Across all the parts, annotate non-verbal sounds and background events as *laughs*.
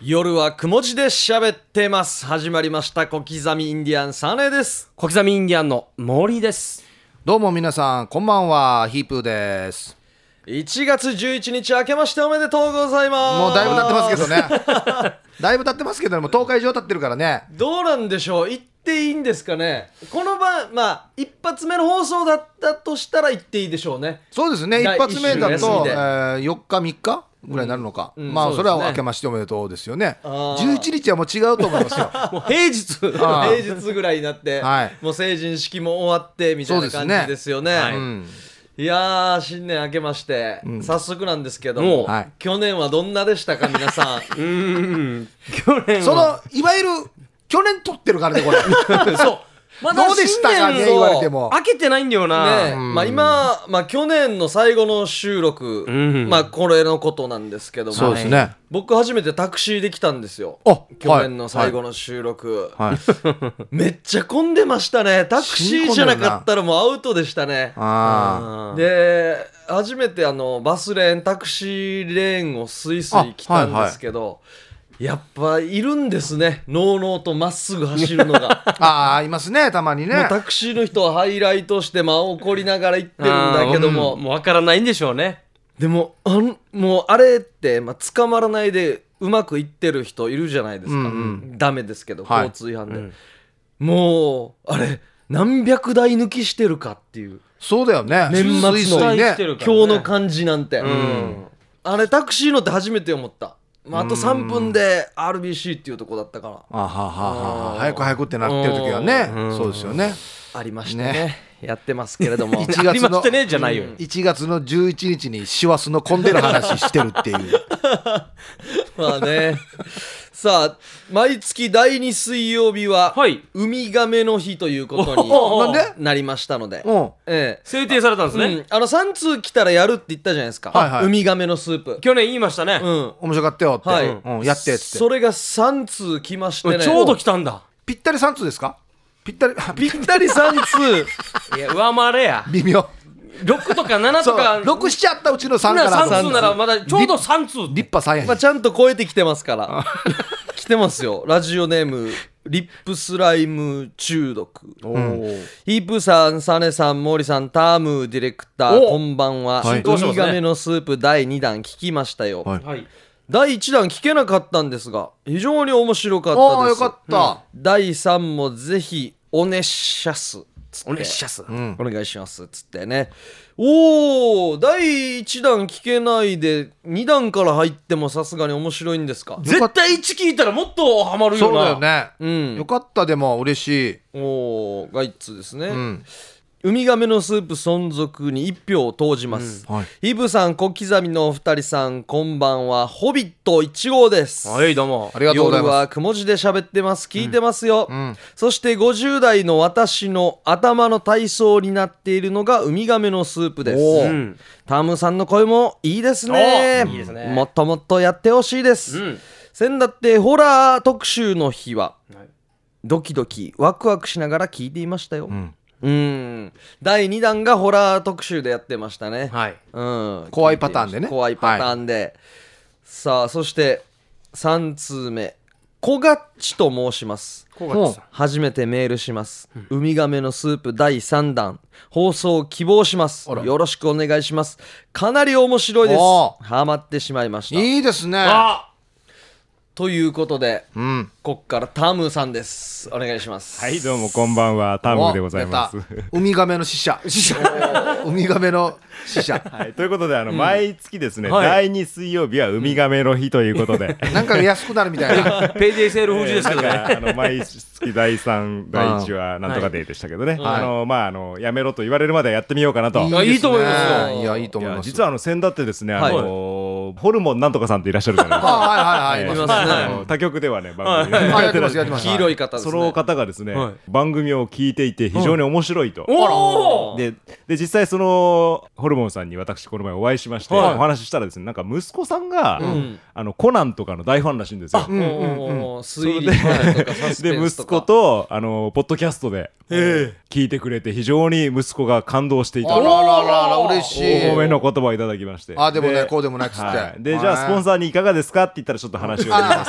夜はくも字で喋ってます。始まりました。小刻みインディアンサネです。小刻みインディアンの森です。どうも皆さん、こんばんは、ヒープーです。 1月11日明けましておめでとうございます。もうだいぶ経ってますけど。ね。 *laughs* だいぶ経ってますけどね、もう10日以上経ってるからね。どうなんでしょう言っていいんですかねこの場、まあ、一発目の放送だったとしたら言っていいでしょうね。そうですね、一第一発目だ週休みと、でえー4日、3日ぐらいになるのか。うんまあ、そうそですれねは明けましておめでとうですよね。あー11日はもう違うと思いま *laughs* すよ。もう平日。あー平日ぐらいになって、はいもう成人式も終わってみたいなそう感ですねじですよね。はいうんいやー、新年明けまして、早速なんですけどもも、うはい去年はどんなでしたか、皆さん。うーん。去年そは。の、いわゆる、去年撮ってるからね、*laughs* これ。 *laughs* そう。まどうでしたかね新年言をわれても開けてないんだよな。ねえまあ、今、まあ、去年の最後の収録、うんまあ、これのことなんですけども、そうですね。僕初めてタクシーで来たんですよあ去年の最後の収録、はい。めっちゃ混んでましたねタクシーじゃなかったらもうアウトでしたねああーで初めてあのバスレーンタクシーレーンをスイスイ来たんですけど、やっぱいるんですねのうのうとまっすぐ走るのが。ーあー、いますね、たまにもねう。タクシーの人はハイライトして、まあ、怒りながら行ってるんだけども、うんもうわからないんでしょうね。でもあんもうあれって、まあ、捕まらないでうまくいってる人いるじゃないですか、うんダメですけど、はい交通違反で、うんもうあれ何百台抜きしてるかっていうそうだよね。年末のスイスイね。る今日の感じなんて、んあれタクシー乗って初めて思った、まあ、あと3分で RBC っていうとこだったかあはははあーは早く早くってなってる時はねうんそうですよねらありましてねやってますけれど *laughs* も1あ月りまのしてね、じゃないよ。 1月の11日に師走の混んでる話してるっていうまあねさあ毎月第2水曜日は、はい。ウミガメの日ということにおおおなんでなりましたので、うんええ制定されたんですうねん。、あの3通来たらやるって言ったじゃないですか、はいはいウミガメのスープ、去年言いましたねう。ん面白かったよって、はいうん、やってっつってそれが3通来ましてうねんちょうど来たんだ。ぴったり3通ですかぴったり *laughs* あ。ぴったり3通いや、上回れや微妙6とか7そとうか。 6しちゃったうちの3かなら3通ならまだちょうど立3通。立派3やまあちゃんと超えてきてますから *laughs* 来てますよラジオネームリップスライム中毒おーヒープさん、サネさん、モーリさん、タームーディレクター、おこんばんは。はいウミガメのスープ第2弾聞きましたよ。はいはい。第1弾聞けなかったんですが非常に面白かったですああよかったうん第3もぜひおねっしゃすつっておねっしゃす。うんお願いしますつってねおお第1弾聞けないで2弾から入ってもさすがに面白いんですか絶対1聞いたらもっとハマるよな。そうだよね、うんよかったでも嬉しい、おおが一通ですね、うんウミガメのスープ存続に1票を投じます、はい、イブさん小刻みのお二人さんこんばんはホビット1号ですはい、どうもあ。りがとうござい夜まはくも字で喋ってます聞いてますよ、す、うん、そして50代の私の頭の体操になっているのがウミガメのスープでおす、ーうん。タームさんの声もいいですねおーいいですねもっともっとやってほしいです、うん。せんだってホラー特集の日ははいドキドキワクワクしながら聞いていましたよんうーん第2弾がホラー特集でやってましたね、はい。うん、怖いパターンでね怖いパターンで、さあそして3通目小ガッチと申します小勝さん初めてメールします、ウミガメのスープ第3弾放送希望しますあらよろしくお願いしますかなり面白いですおハマってしまいましたいいですねあということでうんこっからタムさんですお願いしますはい、どうもこんばんは、タームでございますお。出たウミガメの死 *laughs* 者死者ウミガメの死者はい、ということで、あの、毎月ですね、はい第2水曜日はウミガメの日ということで。なんか安くなるみたいな。ペイデイセール封じですけどなんね。かあの毎月第3、第1はなんとかデーでしたけどね、いあのまあ、あのやめろと言われるまでやってみようかなと、い *laughs* やいいと思いますよいや、いいと思いやます。実はあの先だってですね、あはいのホルモンなんとかさんっていらっしゃるじゃないですあ、か。はいはいはい。い今ますねあの他局ではね、番組あやってますやってます黄色い方ですねその方がですね、はい番組を聞いていて、非常に面白いと。おおでで実際そのホルモンさんに私この前お会いしまして、はいお話ししたらですねなんか息子さんが、んあのコナンとかの大ファンらしいんですよ。おー推理とかサス *laughs* でペンス息と子かとあのポッドキャストで聞いてくれて非常に息子が感動していたあらららら、嬉しいお。褒めの言葉をいただきましてあ、でもね、こうでもないっつって。ははい。で、じゃあ、スポンサーにいかがですかって言ったら、ちょっと話を。あ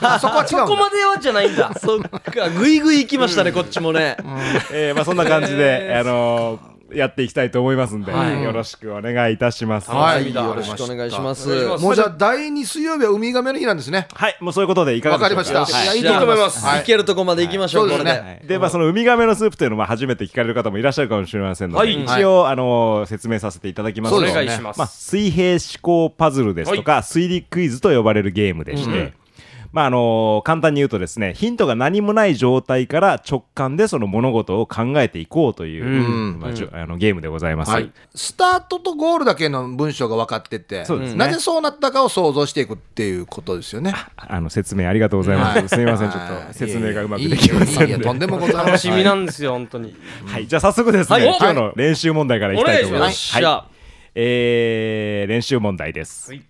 あそこは違そこうんだまではじゃないんだ *laughs* そっかぐいぐい行きましたね、こっちもね、えーまあ、そんな感じで、あのーやっていきたいと思いますんで、はいよろしくお願いいたします。はいはいよろしくお願いしますお願いしますもうじゃあ第2水曜日はウミガメの日なんですねはい、もうそういうことでいかわがかでりしょうまか。したよろしいやいいいと思います行けるとこまで行きましょう、はいこれそうですでねはいで、まあ、そのウミガメのスープというのは初めて聞かれる方もいらっしゃるかもしれませんので、はい一応、あのー説明させていただきますそとおうですね願いします、まあ、水平思考パズルですとか、推理クイズと呼ばれるゲームでして、まああのー簡単に言うとですねヒントが何もない状態から直感でその物事を考えていこうという、んまあ、じゅあのゲームでございます。はいスタートとゴールだけの文章が分かっててそうですねなぜそうなったかを想像していくっていうことですよねあの説明ありがとうございます。すみません、ちょっはとい説明がうまくできませんいやいやいやいやいやで。とんでもございません楽しみなんですよ本当にはい、じゃあ早速ですね、はい今日の練習問題からいきたいと思いおま願いす。しますはいえー練習問題です、はい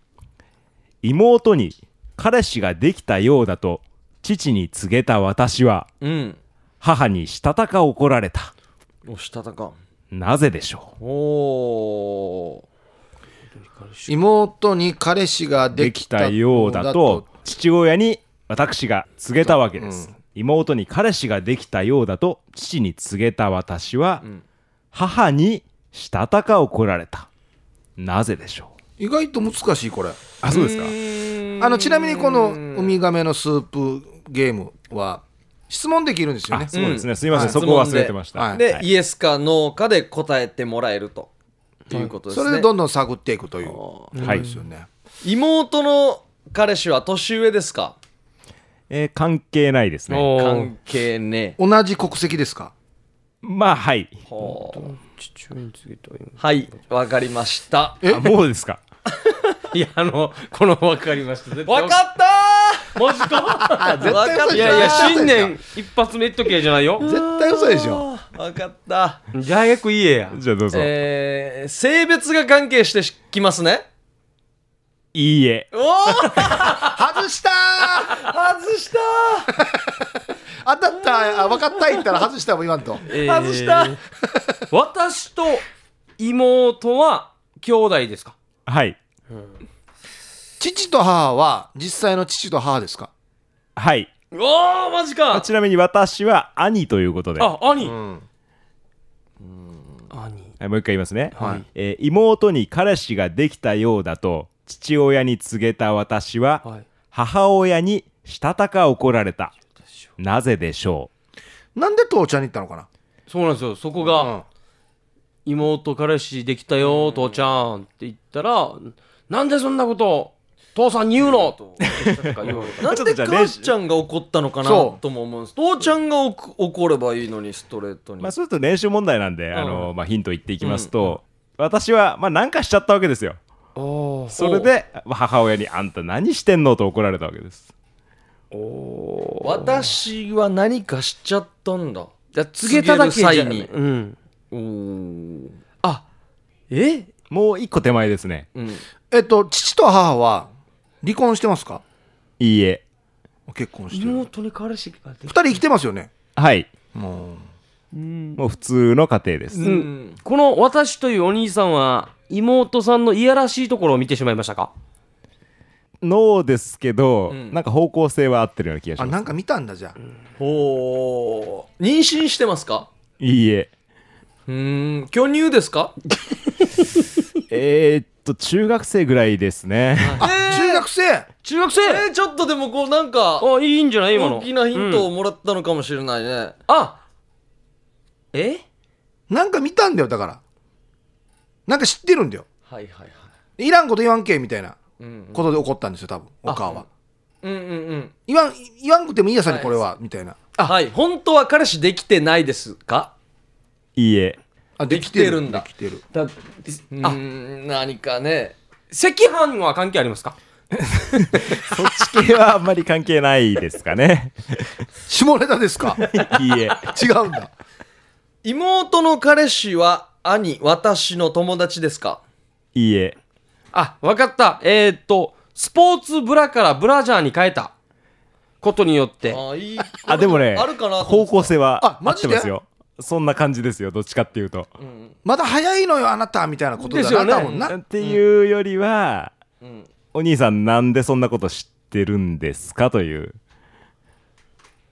妹に彼氏ができたようだと父に告げた私はうん母にしたたか怒られた。おしたたかなぜでしょおお妹に彼氏がうででききたたようだと父親に私が告げたわけです。妹に彼氏ができたようだと父に告げた私は、母にしたたか怒られた。なぜでしょう意外と難しいこれあ、そうですか。あのちなみにこのウミガメのスープゲームは質問できるんですよあ、ねそうですね。すみません、はいそこ忘れてましはた。いで、はいイエスかノーかで答えてもらえるということですそねれでどんどん探っていくということはいですよね妹の彼氏は年上ですかえー関係ないですね。おー関係ねえ同じ国籍ですかまあ、はい。ほう父親に告げたようなはいわかりましたあもうですか。いやあのこの分かりましたわかったマジかーわかったいやいや新年一発目言っとけじゃないよ絶対嘘でしょょわかった大学言えやじゃあどうぞ。えー、性別が関係してきますねいいえ。おお外したー外した *laughs* 当たったあ分かった言ったら外したもん言わんとえ外した私と妹は兄弟ですかはい。父と母は実際の父と母ですかはい。うわーマジあかちなみに私は兄ということで。あ兄、ん兄はいもう一回言いますね、はいえー妹に彼氏ができたようだと父親に告げた私は、はい母親にしたたか怒られたなぜでしょなんで父ちゃんに行ったのかそうなんですよそこなが、うん妹彼氏できたよ父ちゃんって言ったらなんでそんなこと父さんに言うのとなちょんっとでじゃあ母ちゃんが怒ったのかなそうとも思うんです父ちゃんがおく怒ればいいのにストレートう、に、まあ、そうすると練習問題なんで、あのまあ、ヒント言っていきますと、私は、まあ、なんかしちゃったわけですよそれでまあ母親に「あんた何してんの?」と怒られたわけです私は何かしちゃったんだじゃあ告げただけじゃ告げる際にうん、おーえもう一個手前ですねうんえっと父と母は離婚してますかいいえ結婚してる妹に彼氏が二でき人生きてますよねはいもうもう普通の家庭です、うんこの私というお兄さんは妹さんのいやらしいところを見てしまいましたかノーですけど、んなんか方向性は合ってるような気がしあますなんか見たんだじゃあほう妊娠してますかいいえうーん巨乳ですかえーっと中学生ぐらいですね、あ中学生中学生えー、ちょっとでもこうなんかあいいんじゃない今の大きなヒントうをんもらったのかもしれないね、あえなんか見たんだよだからなんか知ってるんだよはいはいはいいらんこと言わんけみたいなうんことで怒ったんですよ多分お母はうんうんうん言わん言わんくてもいいやさにこれはみたいなあはい本当は彼氏できてないですかいいえあできてるんだできてるだうあーん何かね赤飯は関係ありますかそっち系はあんまり関係ないですかね下ネタです *laughs* かいいえ違うんだ妹の彼氏は兄私の友達ですかいいえあ、わかった。えーっと、スポーツブラからブラジャーに変えたことによって。あいいあでもねあるかなと思方ってた向性はあ合マっジてでますよそんな感じですよどっちかっていうと、まだ早いのよあなたみたいなことだな、ですよね多分なっていうよりは、お兄さんなんでそんなこと知ってるんですかという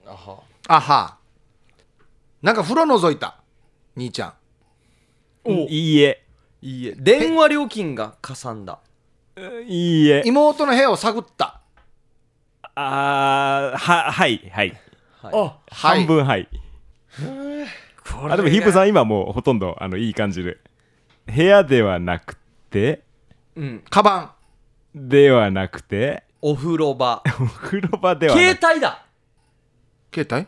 あはあはなんか風呂覗いた兄ちゃんおいいいえいえ電話料金がかさんだいいえ妹の部屋を探ったあーははいはいははい半分はいこあでもヒープさん今もうほとんどあのいい感じで部屋ではなくていうんカバンではなくてお風呂場お風呂場ではな携く帯だ携帯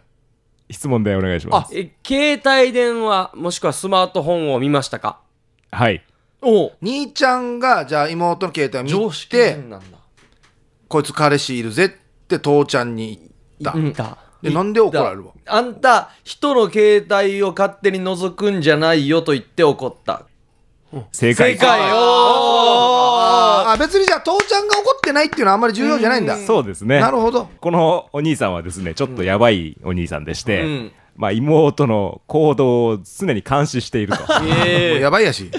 質問でお願いしますえ携帯電話もしくはスマートフォンを見ましたかはいお兄ちゃんがじゃあ妹の携帯を常見識て人なんだこいつ彼氏いるぜって父ちゃんに言った、うんだでなんで怒られるわあんた人の携帯を勝手に覗くんじゃないよと言って怒った正解正解よああ別にじゃあ父ちゃんが怒ってないっていうのはあんまり重要じゃないんだそうですねなるほどこのお兄さんはですねちょっとやばいお兄さんでして、うんまあ、妹の行動を常に監視しているとだかもうええやばいやし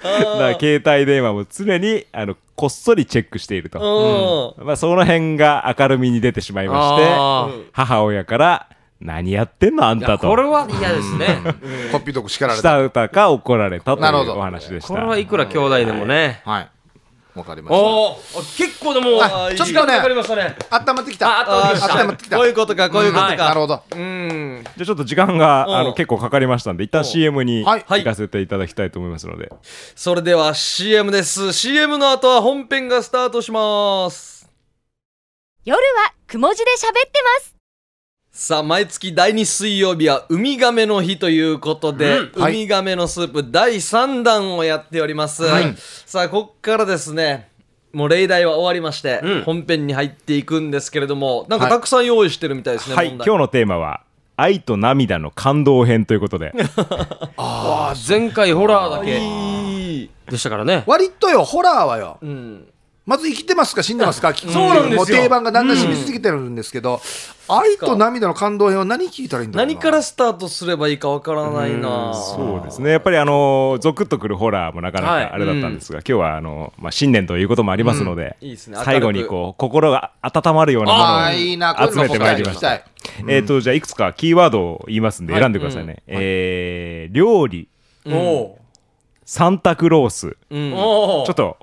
ら携帯電話も常にあのこっそりチェックしていると、まあ、その辺が明るみに出てしまいまあして母親から「何やってんのあんいやた」これとは嫌ですね *laughs* こっぴどく叱られたしたたか怒られたとなるほいうどお話でしたこれはいくら兄弟でもねはいわかりましたおお結構でもあちょっとね時間かかりましたね温まってきあた温まってきた温まってきたこういうことかこういうことうんはいなるかほどうんじゃあちょっと時間があうのん結構かかりましたんで一旦 CM にはいはい行かせていただきたいと思いますので、それでは CM です CM の後は本編がスタートします夜はくも字で喋ってます。さあ毎月第2水曜日はウミガメの日ということで、うんはいウミガメのスープ第3弾をやっております、はいさあこっからですねもう例題は終わりまして、うん本編に入っていくんですけれどもなんかはいたくさん用意してるみたいですね、はい問今題日のテーマは「愛と涙の感動編」ということであ前回ホラーだけいいでしたからね割とよホラーはようんまず生きてますか死んでますか聞くそうなんですよもう定番がだんだん染みついてるんですけど愛と涙の感動編は何聞いたらいいんだろうな何からスタートすればいいかわからないなそうですねやっぱりあのーゾクッとくるホラーもなかなはいかあれだったんですが、今日はあのー、まあ、新年ということもありますので、うんいいですね最後にこう心が温まるようなもああいいなのを集めてまいりこういうのも聞きたましたいえっ、とじゃあいくつかキーワードを言いますんではい選んでくださいね、えー料理おサンタクロースうんおおおちょっと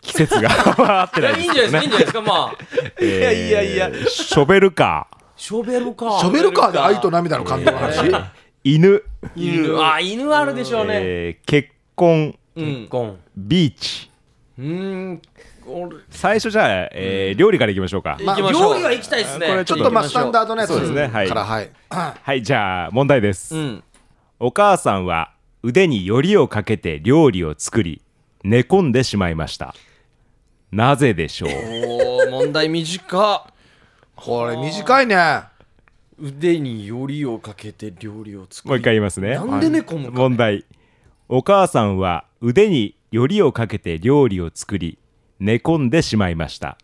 季節が合っていなやいいでいすんけじゃないですどかいいんじゃないですかまあねいや *laughs* いやいやショベルカーショベルカショベルカーで愛と涙の感動の話、犬、犬あ犬あるでしょうねえー結婚うんゴンビーチうん俺最初じゃあ、えー料理からいきましょうかまあ行きましょう料理は行きたいですねこれちょっとまあスタンダードなやつそうですねはいからはい、はいじゃあ問題です、うんお母さんは腕によりをかけて料理を作り寝込んでしまいましたなぜでしょうおー問題短っこれ短いね腕によりをかけて料理を作るもう一回言いますねなんで猫むか、問題お母さんは腕によりをかけて料理を作り寝込んでしまいました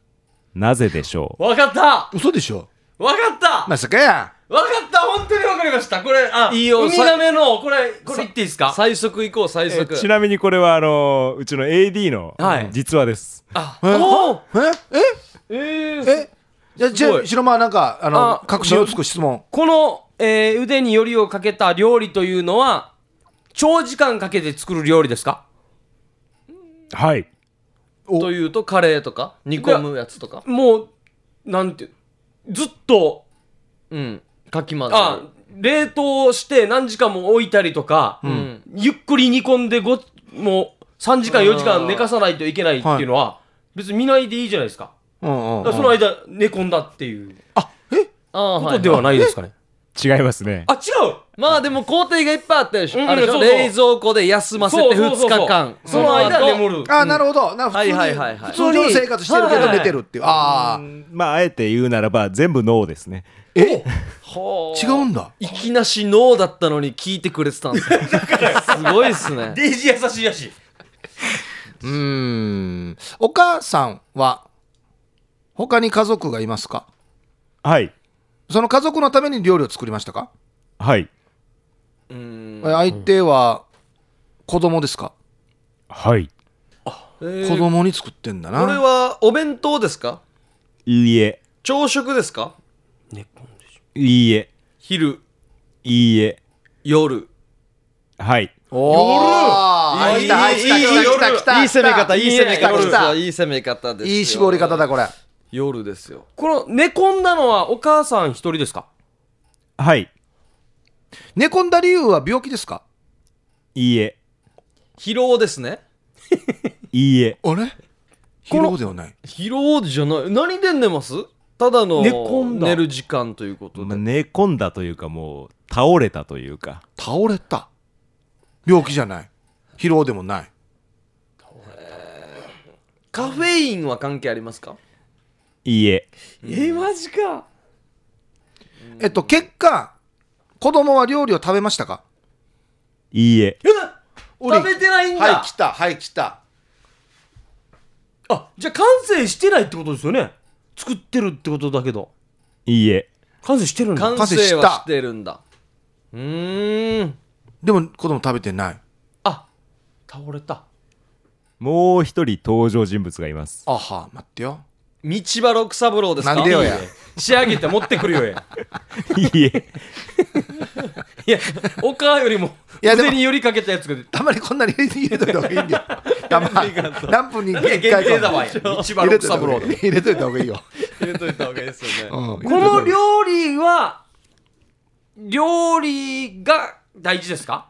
なぜでしょわかった嘘でしょわかったまさかやわかった本当にわかりましたこれあいいよウミガメのこれこれ言っていいですか最速行こう最速うちなみにこれはあのーうちの AD のはい実話です、あえおええええじゃあじゃごあい白間なんかあのあ確信をつく質問この、えー腕によりをかけた料理というのは長時間かけて作る料理ですかはいおというとカレーとか煮込むやつとかもうなんてずっとうんかき混ぜあ冷凍して何時間も置いたりとか、るうんゆっくり煮込んでごもう3時間4時あー間寝かさないといけないっていうのは、別に見ないでいいじゃないですかうんうんだからその間寝込んだっていうああこはといではないですかね、違いますねあ違うまあでも工程がいっぱいあったでしょ,、うんあれでしょそうそう冷蔵庫で休ませて2日間そうそうそうそうその間後眠るあなるほどな普は通いにはいはいはい普通の生活してるけど寝てるっていうああまああえて言うならば全部ノーですねえほ違うんだいきなしノーだったのに聞いてくれてたん *laughs* ですよすごいっすねデイジ優しいやしうーんお母さんは他に家族がいますかはいその家族のために料理を作りましたかはいうん相手は子供ですかはいえー子供に作ってんだなこれはお弁当ですかいいえ朝食ですか寝込んでしいいえ昼いいえ夜はいおー夜入った入いいった来た来た来たいい攻め方いい攻め方来た来たいい攻め方ですよいい絞り方だこれ夜ですよこの寝込んだのはお母さん一人ですかはい寝込んだ理由は病気ですかいいえ疲労ですねいいえあれ疲労ではない疲労じゃない何で寝ますただの寝込んだ寝る時間ということでまあ寝込んだというかもう倒れたというか倒れた病気じゃない疲労でもないカフェインは関係ありますかいいええマジかえっと結果子供は料理を食べましたかいいえ食べてないんだ、はい来たはい来たあじゃあ完成してないってことですよね作ってるってことだけどいいえ完成してるんだ完成はしてるんだうーんでも子供食べてないあ倒れたもう一人登場人物がいますあは待ってよ道場六三郎ですかなんでよや仕上げて持ってくるよやいいえいやお母よりもいやでも腕に寄りかけたやつがたまにこんなに入れといた方がいい *laughs* んだよたま何分に限一回定だかわもよ一番入れ六といた三方が郎いでい入れといた方がいいよ入れといた方がいいですよねここの料理は料理が大事ですか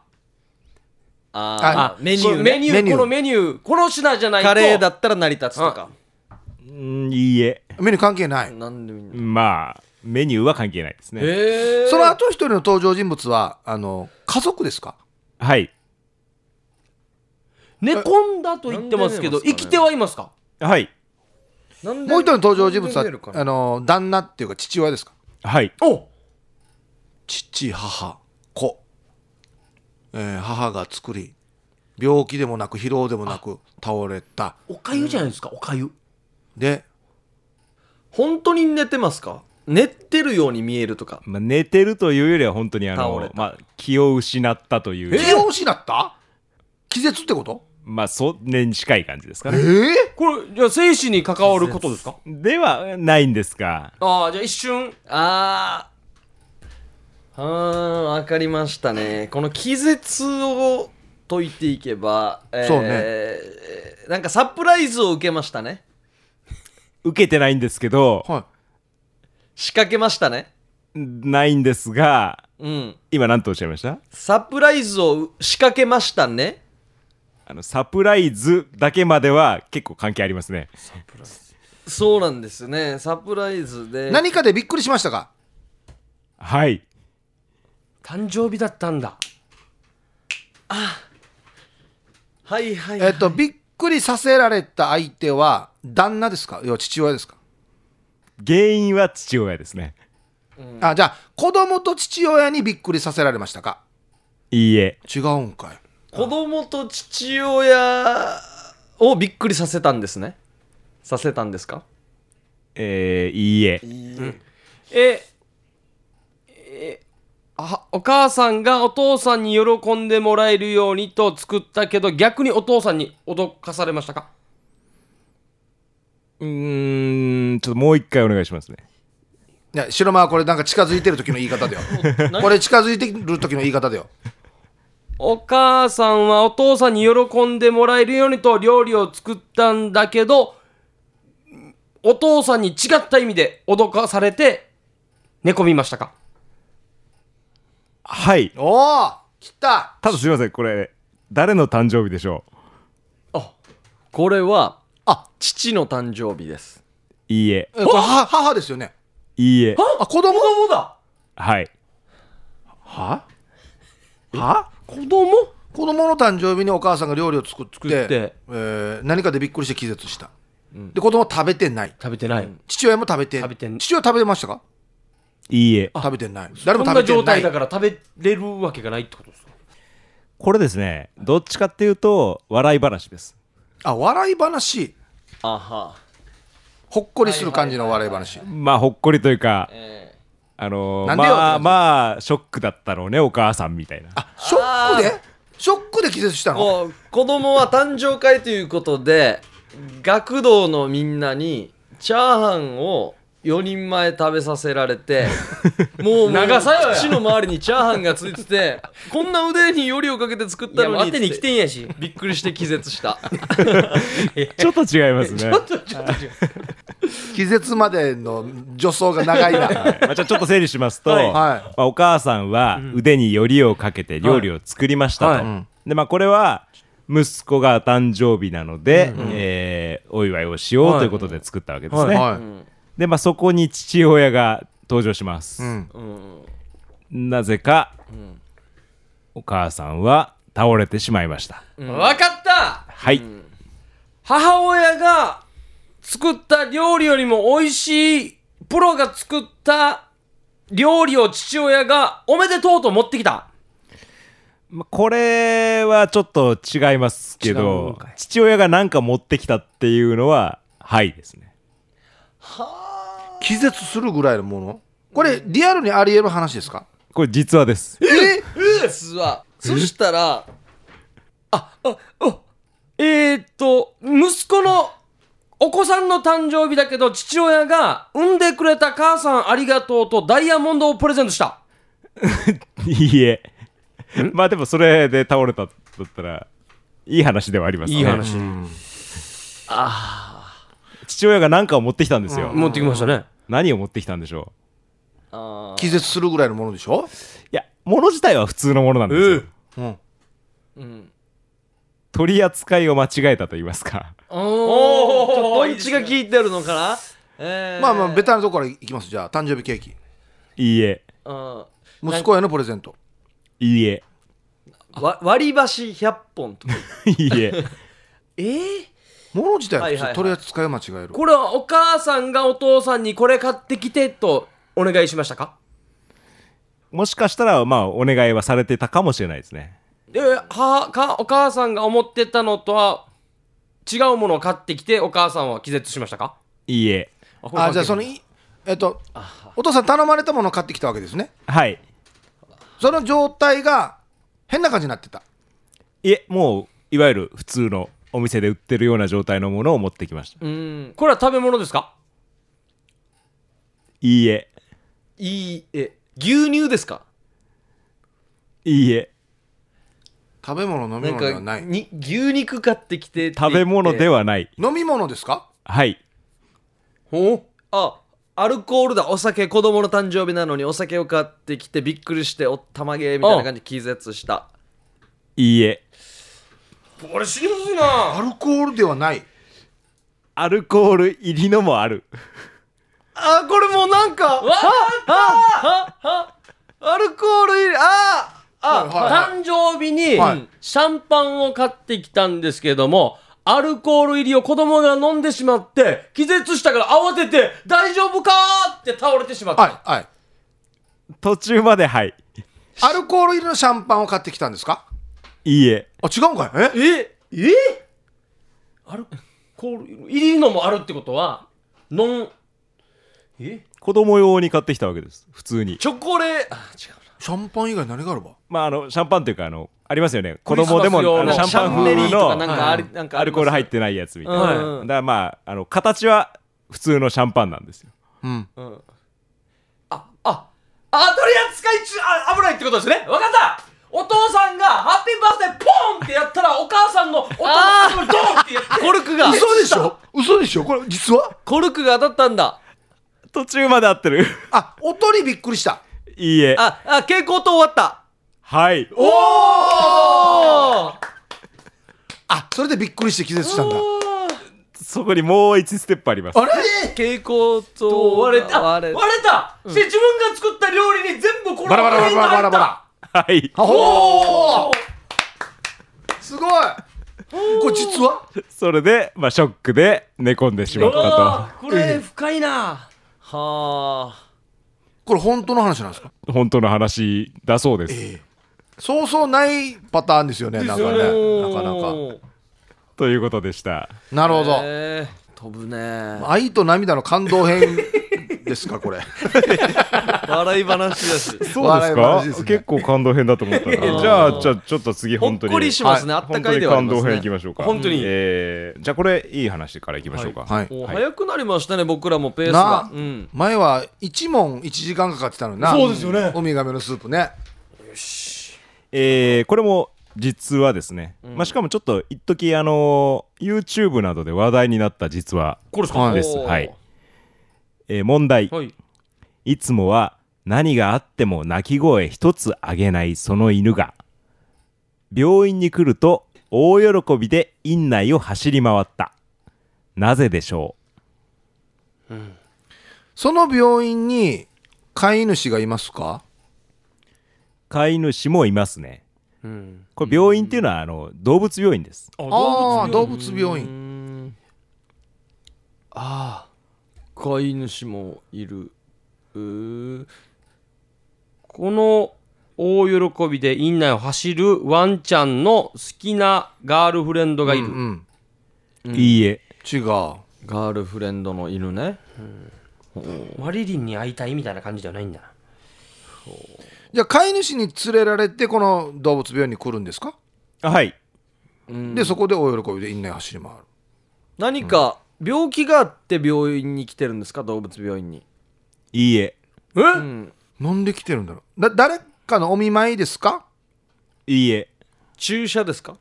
ああーメニュー、ね、メニューメニューこのメニューこの品じゃないとカレーだったら成り立つとかうんいいえメニュー関係ないなんでみんなまあメニューは関係ないですねへえその後一人の登場人物はあの家族ですかはい寝込んだと言ってますけどなんで寝ますか生ねきてはいますかはいもう一人の登場人物なんで出るかはなあの旦那っていうか父親ですかはいお父母子、えー母が作り病気でもなく疲労でもなく倒れたおかゆじゃないですかおかゆで本当に寝てますか寝てるように見えるとかまあ、寝てるというよりは本当にあ倒れのた、まあ、気を失ったという、気を失った気絶ってことまあそれに近い感じですかえねー、これじゃあ生死に関わることですかではないんですがああじゃあ一瞬あーあー分かりましたねこの気絶を解いていけば、えーそうねえーなんかサプライズを受けましたね受けてないんですけどは仕掛けましたねないんですがうん今何とおっしゃいましたサプライズを仕掛けましたねあのサプライズだけまでは結構関係ありますねそうなんですよねサプライズでい、何かでびっくりしましたかはい誕生日だったんだはいはい、えっとびっくりさせられた相手は旦那ですか要は父親ですか、原因は父親ですねあじゃあ子供と父親にびっくりさせられましたかいいえ違うんかい子供と父親をびっくりさせたんですねさせたんですかえー、いいえええあお母さんがお父さんに喜んでもらえるようにと作ったけど逆にお父さんに脅かされましたかうーんちょっともう一回お願いしますねいや白間はこれなんか近づいてる時の言い *laughs* 方だよこれ近づいてる時の言い方だよお母さんはお父さんに喜んでもらえるようにと料理を作ったんだけどお父さんに違った意味で脅かされて寝込みましたかはいおお来たただすいませんこれ誰の誕生日でしょこれはあ父の誕生日ですういいええこれ母母ですよねいいえあ子供供だはいはは子供子供の誕生日にお母さんが料理を作って作ってえー何かでびっくりして気絶した、で子供は食べてない食べてない、父親も食べて食べてん父親食べましたかいいえ食べてない誰こも食んなべて状な態いだから食べれるわけがないってことですかこれですねどっちかっていうと笑い話ですあ笑い話あはほっこりする感じの笑い話まあほっこりというか、えあのーなんでよまあまあショックだったろうねお母さんみたいなあショックでショックで気絶したのもう子供は誕生会ということで学童のみんなにチャーハンを4人前食べさせられ *laughs* てもう長さよや口の周りにチャーハンがついててこんな腕によりをかけて作っいたやのもうに当てに来てんやしびっくりして気絶したちょっと違いま *laughs* すね。気絶までの助走が長いなまあ、じゃあちょっと整理しますと、はいはまあ、お母さんは腕によりをかけて料理を作りましたと、はいんでまあ、これは息子が誕生日なので、えーお祝いをしようということで作ったわけですね、いはで、まあ、そこに父親が登場します、いうんなぜか、お母さんは倒れてしまいました、分かったはい、母親が作った料理よりも美味しいプロが作った料理を父親がおめでとうと持ってきたまあ、これはちょっと違いますけ違うんどかい父親が何か持ってきたっていうのははいですね気絶するぐらいのものこれリアルにあり得る話ですかこれ実話ですえ実はそしたらえー、っと息子のお子さんの誕生日だけど父親が産んでくれた母さんありがとうとダイヤモンドをプレゼントしたいいえ。まあでもそれで倒れたんだったら、いい話ではありますね。いい話父親が何かを持ってきたんですよ。持ってきましたね何を持ってきたんでしょあ気絶するぐらいのものでしょう。いや、物自体は普通のものなんですよ。うーんうん取り扱いを間違えたと言いますか。おーおーパンチが効いてるのかなえーまあまあベタなとこからいきますじゃあ誕生日ケーキいいえ。うん息子へのプレゼントいいえ。わ割り箸100本とかいいえ。 *laughs* えー、もの自体ははいはいは普通い取り扱いを間違えるこれはお母さんがお父さんにこれ買ってきてとお願いしましたかもしかしたら、まあ、お願いはされてたかもしれないですね。で母かお母さんが思ってたのとは違うものを買ってきてお母さんは気絶しましたかいいえ。あじゃあそのいえっとお父さん頼まれたものを買ってきたわけですねはい。その状態が変な感じになってたいえ、もう、いわゆる普通のお店で売ってるような状態のものを持ってきました。うんこれは食べ物ですかいいえ。いいえ牛乳ですかいいえ。食べ物飲なみん物でかはないに牛肉買ってきてって言っ食てべ物ではない。飲み物ですかはい。おあアルコールだお酒子供の誕生日なのにお酒を買ってきてびっくりしておったまげみたいな感じで気絶したいいえ。俺知りませんなアルコールではないアルコール入りのもある。あこれもうなんかわアルコール入りあはいはいはい誕生日にはいシャンパンを買ってきたんですけどもアルコール入りを子供が飲んでしまって気絶したから慌てて「大丈夫か?」って倒れてしまった、はいはい途中まではい。アルコール入りのシャンパンを買ってきたんですかいいえ。あ違うんかいえええアルコール入りのもあるってことはノンえ子供用に買ってきたわけです。普通に。チョコレーあ違うシャンパン以外何があるばまあ、あの、シャンパンというか、あの、ありますよね。子供でも、クリスマス用あののシャンパシン風ャンメリーとかなんのかありなんかありますアルコール入ってないやつみたいな。はいだからまあ、あの、形は普通のシャンパンなんですよ。うんああ取り扱い中あ危ないってことですねわかったお父さんがハッピーバースデーポンってやったらお母さんのお父さんのドンってやってコルクが嘘でしょ嘘でしょこれ実はコルクが当たったんだ途中まで合ってる。 *laughs* あ音にびっくりしたいいえ。ああ蛍光灯終わったはい。おーあそれでびっくりして気絶したんだそこにもう一ステップあります。あれ蛍光灯とが割れた割割れれた、で自分が作った料理に全部このバラバラバラバラバラバラはい。おおすごいこれ実はそれで、まあ、ショックで寝込んでしまったこれ深いな、はあこれ本当の話なんですかと。本当の話だそうです。そうそうないパターンですよねなんかねなかなかということでした。なるほどえー飛ぶね愛と涙の感動編ですかこれ笑い話だしそうですか笑い話ですね結構感動編だと思ったなやじゃあじゃあちょっと次ほっ本当にこりしますね、あった本か当いにではあり感ま動す編ねいきましょうか本当にえーじゃあこれいい話からいきましょうかはいもうはい早くなりましたね、僕らもペースなが、うん、前は一問一時間かかってたのになそうですよねウミガメのスープねえーこれも実はですね、まあ、しかもちょっと一時あのー YouTube などで話題になった実はこれですか、はいです、はいえー問題、はいい、つもは何があっても鳴き声一つ上げないその犬が病院に来ると大喜びで院内を走り回ったなぜでしょその病院に飼い主がいますかう飼い主もいますねうんこれ病院っていうのはあの動物病院ですあああー動動物物病う院んああ飼い主もいるうーこの大喜びで院内を走るワンちゃんの好きなガールフレンドがいる、うんいいえ違うガールフレンドの犬ねマリリンに会いたいみたいな感じではないんだなじゃあ飼い主に連れられてこの動物病院に来るんですか、あはいでそこで大喜びで院内走り回る何か病気があって病院に来てるんですか動物病院にいいええ、なんで来てるんだろうだ誰かのお見舞いですかいいえ注射ですか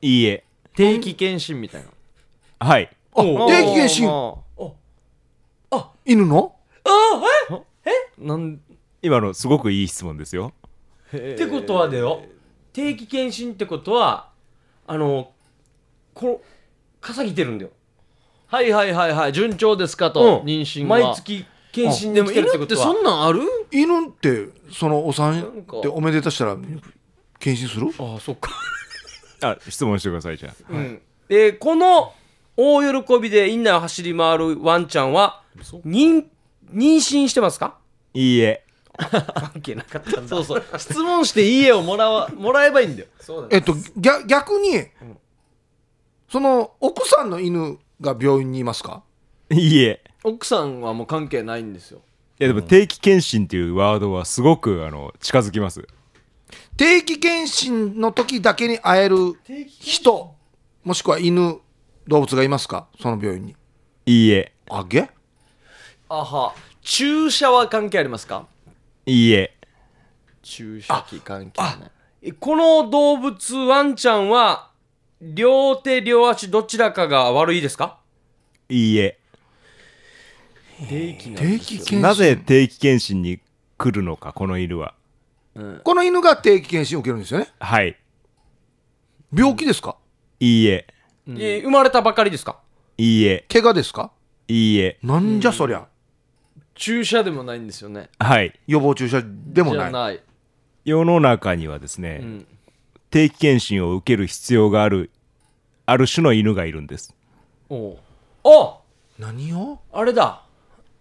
いいえ定期検診みたいなはいああー定期検診ま犬のあなん今のすごくいい質問ですよってことはだよ定期検診ってことはあのこの稼ぎてるんだよはいはいはいはい順調ですかと、うん妊娠は毎月検診ででも来て犬るってっこてとそはんなんある犬ってそのお産んかっておめでたしたら検診するああそっかあ質問してくださいじゃあうんでこの大喜びで院内を走り回るワンちゃんは妊妊娠してますかいいえ関係なかったんだそうそう *laughs* 質問していい絵をもらわもらえばいいんだよえっと逆逆に、その奥さんの犬が病院にいますかいいえ奥さんはもう関係ないんですよいやでも定期検診っていうワードはすごくあの近づきます定期検診の時だけに会える人もしくは犬動物がいますかその病院にいいえあげあは注射は関係ありますかいいえ注射器関係ないえこの動物ワンちゃんは両手両足どちらかが悪いですかいいえ定期なん定で期すよ検診なぜ定期検診に来るのかこの犬はこの犬が定期検診を受けるんですよねはい病気ですかいいええ生まれたばかりですかいいえ怪我ですかいいえなんじゃそりゃ注射でもないんですよねはい予防注射でもじなゃいない世の中にはですね、ん定期検診を受ける必要があるある種の犬がいるんですおうあ何をあれだ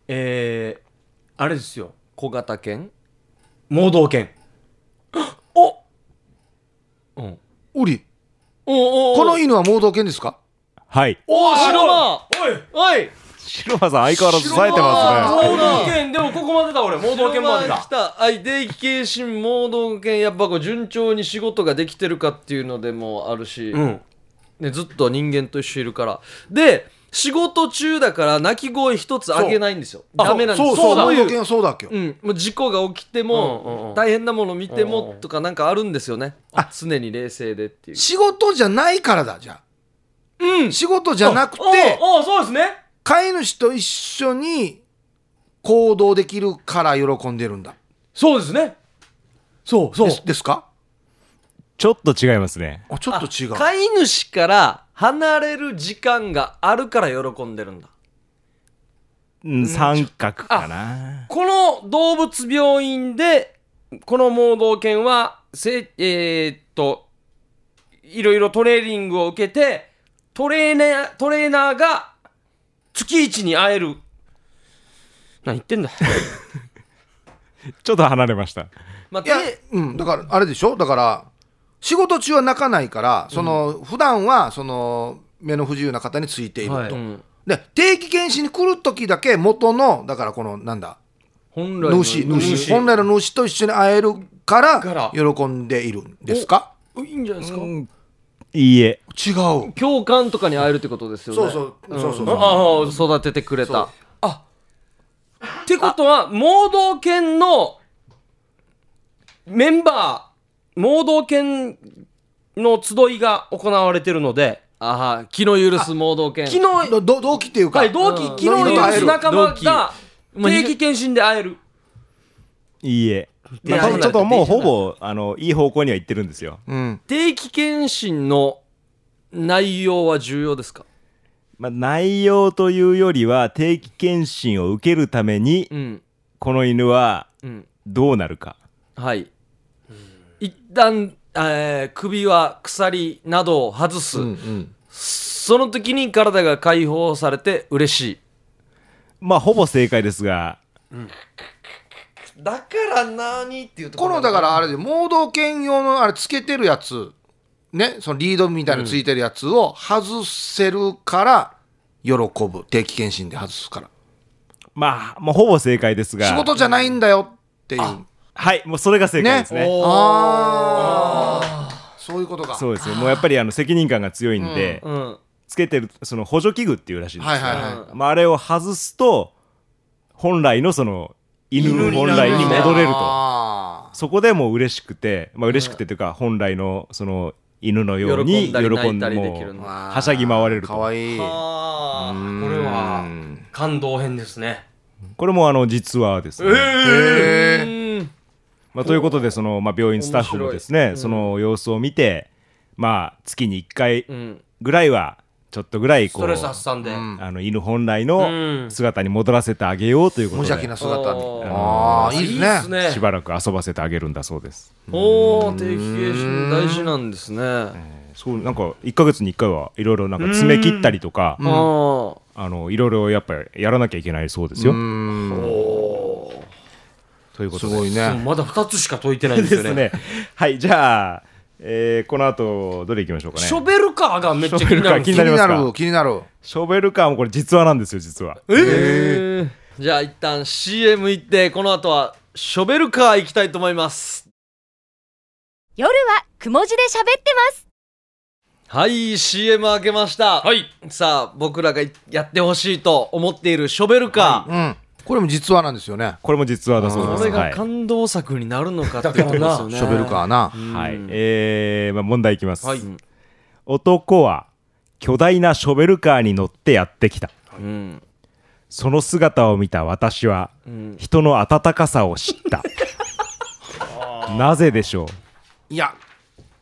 えー、あれですよ小型犬盲導犬おウリおこの犬は盲導犬ですかはいおお白間おいおい白間さん相変わらず冴えてますね白盲導犬でもここまでだ俺盲導犬まで白間だ来たはい定期検診盲導犬やっぱこう順調に仕事ができてるかっていうのでもあるし、うんね、ずっと人間と一緒いるからで仕事中だから鳴き声一つ上げないんですよダメなんですそうよそうだ盲導犬はそうだっけうん、もう事故が起きてうんうんうもん大変なもの見てうんうんもうんとかなんかあるんですよね常に冷静でっていう仕事じゃないからだじゃあうん仕事じゃなくておうおうそうですね飼い主と一緒に行動できるから喜んでるんだそうですねそうそうですですかちょっと違いますねあちょっと違う飼い主から離れる時間があるから喜んでるんだうん三角かなこの動物病院でこの盲導犬はせえーっといろいろトレーニングを受けてトレーナートレーナーが月一に会える何言ってんだちょっと離れました *laughs* まあいやて、うん、だからあれでしょだから仕事中は泣かないからその、普段はその目の不自由な方についていると、はいうんで定期検診に来る時だけ元のだからこのなんだ本来の主主本本来の主と一緒に会えるからか喜んでいるんですか来いいんじゃないですか、いいえ違う教官とかに会えるってことですよねそうそうそうそうそうああ育ててくれそうたってことは盲導犬のメンバー盲導犬の集いが行われてるのでああ気の許す盲導犬昨日どど同期っていうか、はい同期うん昨日の同期と会え夜る仲間同期がまあ定期検診で会えるいいえ、まあ、い多や分ちょっともうほぼあのいい方向には行ってるんですようん、定期検診の内容は重要ですかまあ、内容というよりは定期検診を受けるためにうんこの犬はうんどうなるかはい一旦、えー首は鎖などを外す、うんうんその時に体が解放されて嬉しいまあほぼ正解ですがだから何っていうとこのだからあれで盲導犬用のあれつけてるやつねそのリードみたいなのついてるやつを外せるから喜ぶ定期検診で外すからまあもうほぼ正解ですが仕事じゃないんだよっていうはいもうそれが正解ですねおーああそういうことかそうですねもうやっぱりあの責任感が強いんで、うんつけてるその補助器具っていうらしいんですはいはいがはまあ、あれを外すと本来のその犬本来に戻れるとあそこでもう嬉しくてまあ嬉しくてというか本来のその犬のように喜んだり喜泣んいたでりでもきるうのー *laughs* はしゃぎ回れるとかわいいあーこれうはん感動編ですねこれもあの実はですね、へえうんまあ、ということでその、まあ、病院スタッフもですね、その様子を見て、まあ、月に1回うんぐらいはちょっとぐらいスこトうレス発散で、あの犬本来うのん姿に戻らせてあげようというこ無と邪気で、な姿におーああいいですねねしばらく遊ばせてあげるんだそうですおお定期検診大事なんですねあそうなんか1か月に1回はいろいろなんか爪切ったりとか、あーあのいろいろやっぱりやらなきゃいけないそうですよ、うんということすでごいもうねまだ2つしか解いてないんですでよすねねはいじゃあ、えーこの後どれいきましょうかねショベルカーがめっちゃ気になるん気気ですよになりまにすなかる気になるショベルカーもこれ実話なんですよ実はえーじゃあ一旦 CM 行ってこの後はショベルカー行きたいと思います夜はくも字で喋ってますはい CM 開けました、はいさあ僕らがやってほしいと思っているショベルカー、うんこれも実話なんですよねこれも実話だそうでこすれはがい、感動作になるのかっていうことですよねショベルカーなはいえーまあ、問題いきます、はい、男は巨大なショベルカーに乗ってやってきたうんその姿を見た私は、ん人の温かさを知ったなぜでしょういや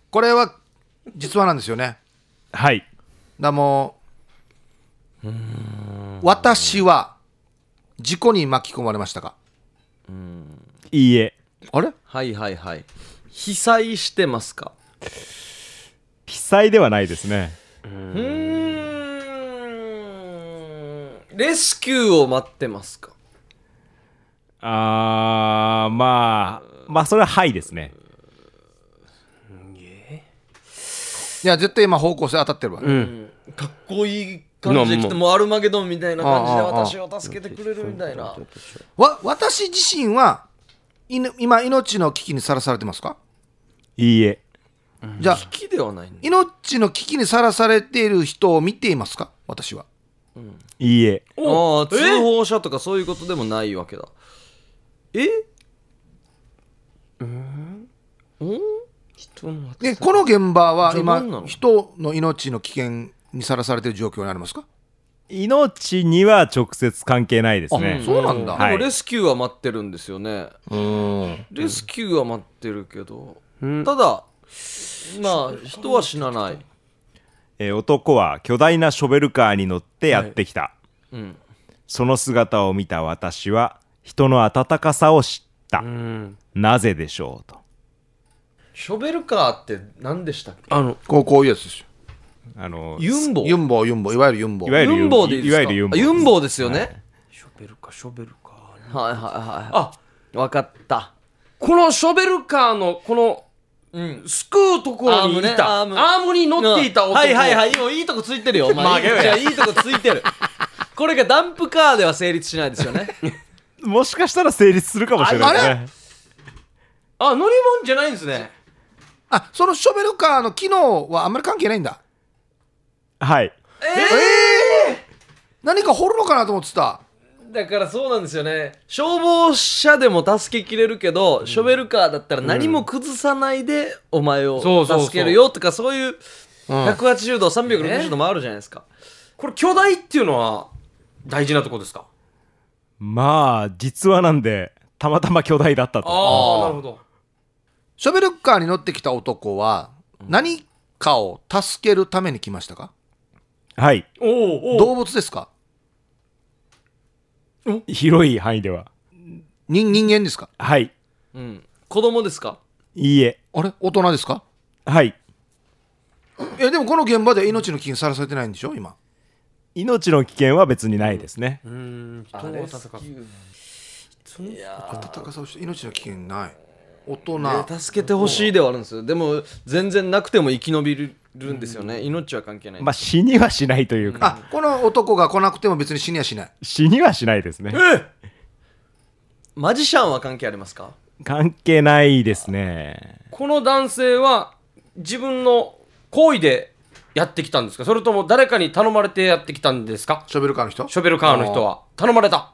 これは実話なんですよねはいだもう私は事故に巻き込まれましたかいいえあれはいはいはい被災してますか被災ではないですねレスキューを待ってますかあーまあまあそれははいですねいや絶対今方向性当たってるわ、かっこいい感じで来てなもうアルマゲドンみたいな感じでああああ私を助けてくれるみたいなわ私自身はいぬ今命の危機にさらされてますかいいえじゃあ好きではないんだ命の危機にさらされている人を見ていますか私はいいえああ通報者とかそういうことでもないわけだえでこの現場はじゃあ何な今の人の命の危険にさらされている状況にありますか命には直接関係ないですねそうなんだ、ではもいレスキューは待ってるんですよねうんレスキューは待ってるけどただまあ人は死なないえー男は巨大なショベルカーに乗ってやってきた、うんその姿を見た私は人の温かさを知った、なぜでしょうとショベルカーって何でしたっけあのこうこういうやつですよあのユンボユンボユンボいわゆるユンボいわゆるユンボでいいですかいわゆるユンボあユンボですよねショベルカーショベルカーはいはいはいああ分かったこのショベルカーのこのうんすくうところにいたアーアームムねに乗っていた男 *laughs* はいはいはいもういいとこついてるよお前負け *laughs* ろじゃあいいとこついてるこれがダンプカーでは成立しないですよねもしかしたら成立するかもしれないねあ乗り物じゃないんですねあそのショベルカーの機能はあんまり関係ないんだはい何か掘るのかなと思ってただからそうなんですよね消防車でも助けきれるけど、ショベルカーだったら何も崩さないでお前をそうそうそう助けるよとかそういううん180度360度もあるじゃないですか、これ巨大っていうのは大事なとこですかまあ実はなんでたまたま巨大だったとああなるほどショベルカーに乗ってきた男は何かを助けるために来ましたかはいおーおー動物ですか広い範囲では人人間ですかはいうん、子供ですかいいえあれ大人ですかはいえでもこの現場では命の危険さらされてないんでしょ今命の危険は別にないですね、うーん人を戦ういや戦さをして命の危険ない大人、ーね助けてほしいではあるんですよでも全然なくても生き延びるんですよね、命は関係ない、まあ死にはしないというか、あこの男が来なくても別に死にはしない死にはしないですねマジシャンは関係ありますか関係ないですねこの男性は自分の行為でやってきたんですかそれとも誰かに頼まれてやってきたんですかショベルカーの人ショベルカーの人は頼まれた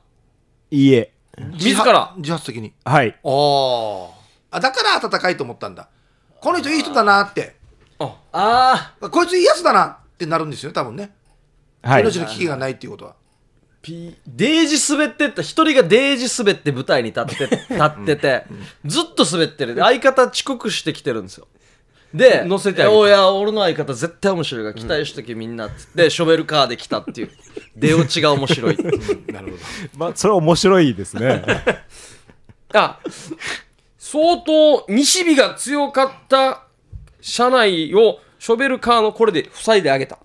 いいえ自ら自発的にはいあーあだから温かいと思ったんだこの人いい人だなってあああこいついいやつだなってなるんですよね多分ね、はい命の危機がないっていうことは P デージ滑ってった一人がデージ滑って舞台に立って *laughs* 立っててずっと滑ってる相方遅刻してきてるんですよで乗せてあげたおいや俺の相方絶対面白いから期待しとけみんな」っつってショベルカーで来た *laughs* っていう出落ちが面白いっていうなるほどまあそれは面白いですねあ相当西日が強かった車内をショベルカーのこれで塞いであげた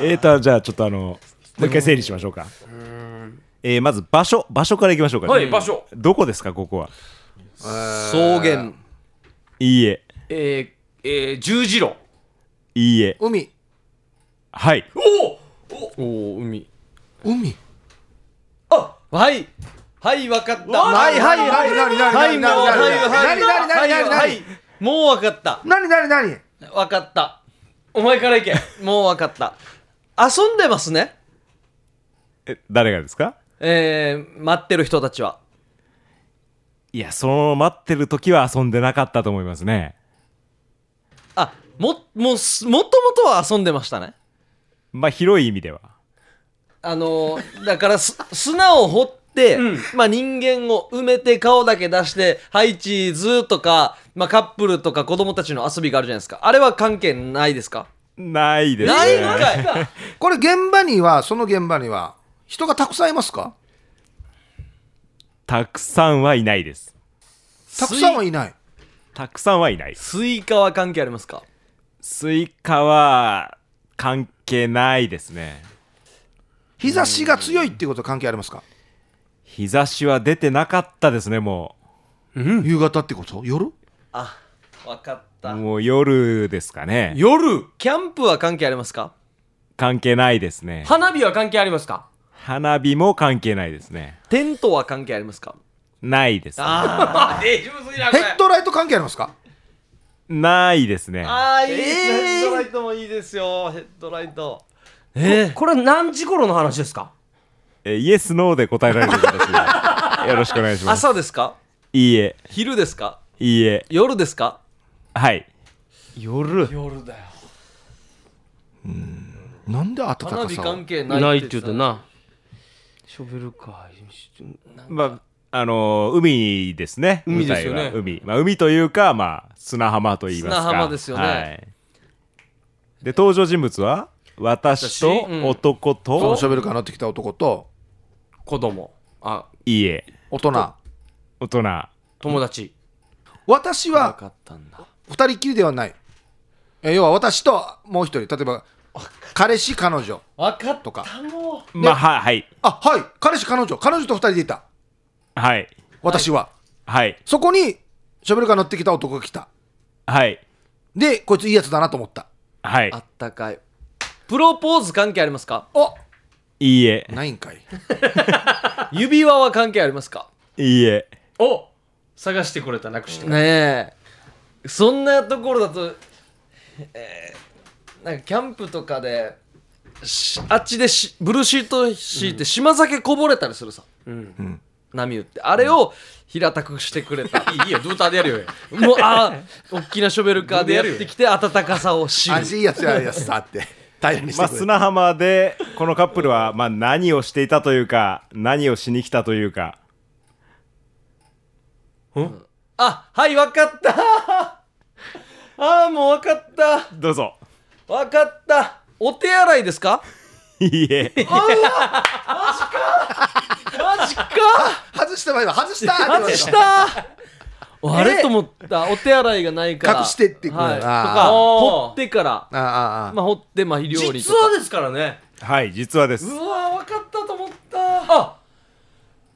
えーとじゃあちょっとあのもう一回整理しましょうかえーまず場所場所からいきましょうか、はい場所どこですかここは草原いいええー、えー、十字路いいえ海はいおお海海はいはい分かったははいいははいいははいいはいははいいもうはいはい何何何何何はいもう分かった何何何分かったお前から行け *laughs* もう分かった遊んでますねえ誰がですかえー、待ってる人たちはいやその待ってる時は遊んでなかったと思いますねあももうすもともとは遊んでましたねまあ広い意味ではあのーだからす砂を掘って、まあ、人間を埋めて顔だけ出して「ハイチーズ」とか、まあ、カップルとか子供たちの遊びがあるじゃないですかあれは関係ないですかないですねないんかいこれ現場にはその現場には人がたくさんいますかたくさんはいないですたくさんはいないたくさんはいないスイカは関係ありますかスイカは関係ないですね日差しが強いっていうことは関係ありますか日差しは出てなかったですねも夕方ってこと夜あわかったうもう夜ですかね夜キャンプは関係ありますか関係ないですね花火は関係ありますか花火も関係ないですねテントは関係ありますかないですねああー大丈夫すぎなヘッドライト関係ありますかないですねあいいですねヘッドライトもいいですよヘッドライトえー、これは何時頃の話ですかえイエスノーで答えられる形 *laughs* でよろしくお願いします朝ですかいいえ昼ですかいいえ夜ですかはい夜夜だよなんで暖かさ花火関係ないないって言ってうとさなショベルカーまああのー海ですね海ですよね舞台は海、まあ、海というか、まあ、砂浜といいますか砂浜ですよねはい、で登場人物は私と私うん男そのと、ショベルカー乗ってきた男と子供あいいえ大人大人友達私わはかったんだ二人っきりではないえー要は私ともう一人例えば彼氏彼女わかっとかもまあははいあはい彼氏彼女彼女と二人でいたはい私は、はいそこにショベルカー乗ってきた男が来たはいでこいついいやつだなと思ったはいあったかいプロポーズ関係ありますかおいいえないんかい指輪は関係ありますかいいえお探してくれたなくしてくれねえそんなところだと、えーなんかキャンプとかでしあっちでしブルーシート敷いて島酒こぼれたりするさ、波打ってあれを平たくしてくれた、 *laughs* たいいよドゥーターでやるよもうあー大きなショベルカーでやってきて温かさを知る味いいやつややつだって平らにしてまあ、くれる、砂浜でこのカップルはまあ何をしていたというか何をしに来たというかあはい分かった *laughs* ああもう分かったどうぞ分かったお手洗いですかいいえマジか外した前は外したって言わ外 *laughs* れしたあれと思ったお手洗いがないから隠してってくるはい、とあかー掘ってからああああ、まあ掘ってまあ料理と実かはですからねはい実はですうわ分かったと思ったあ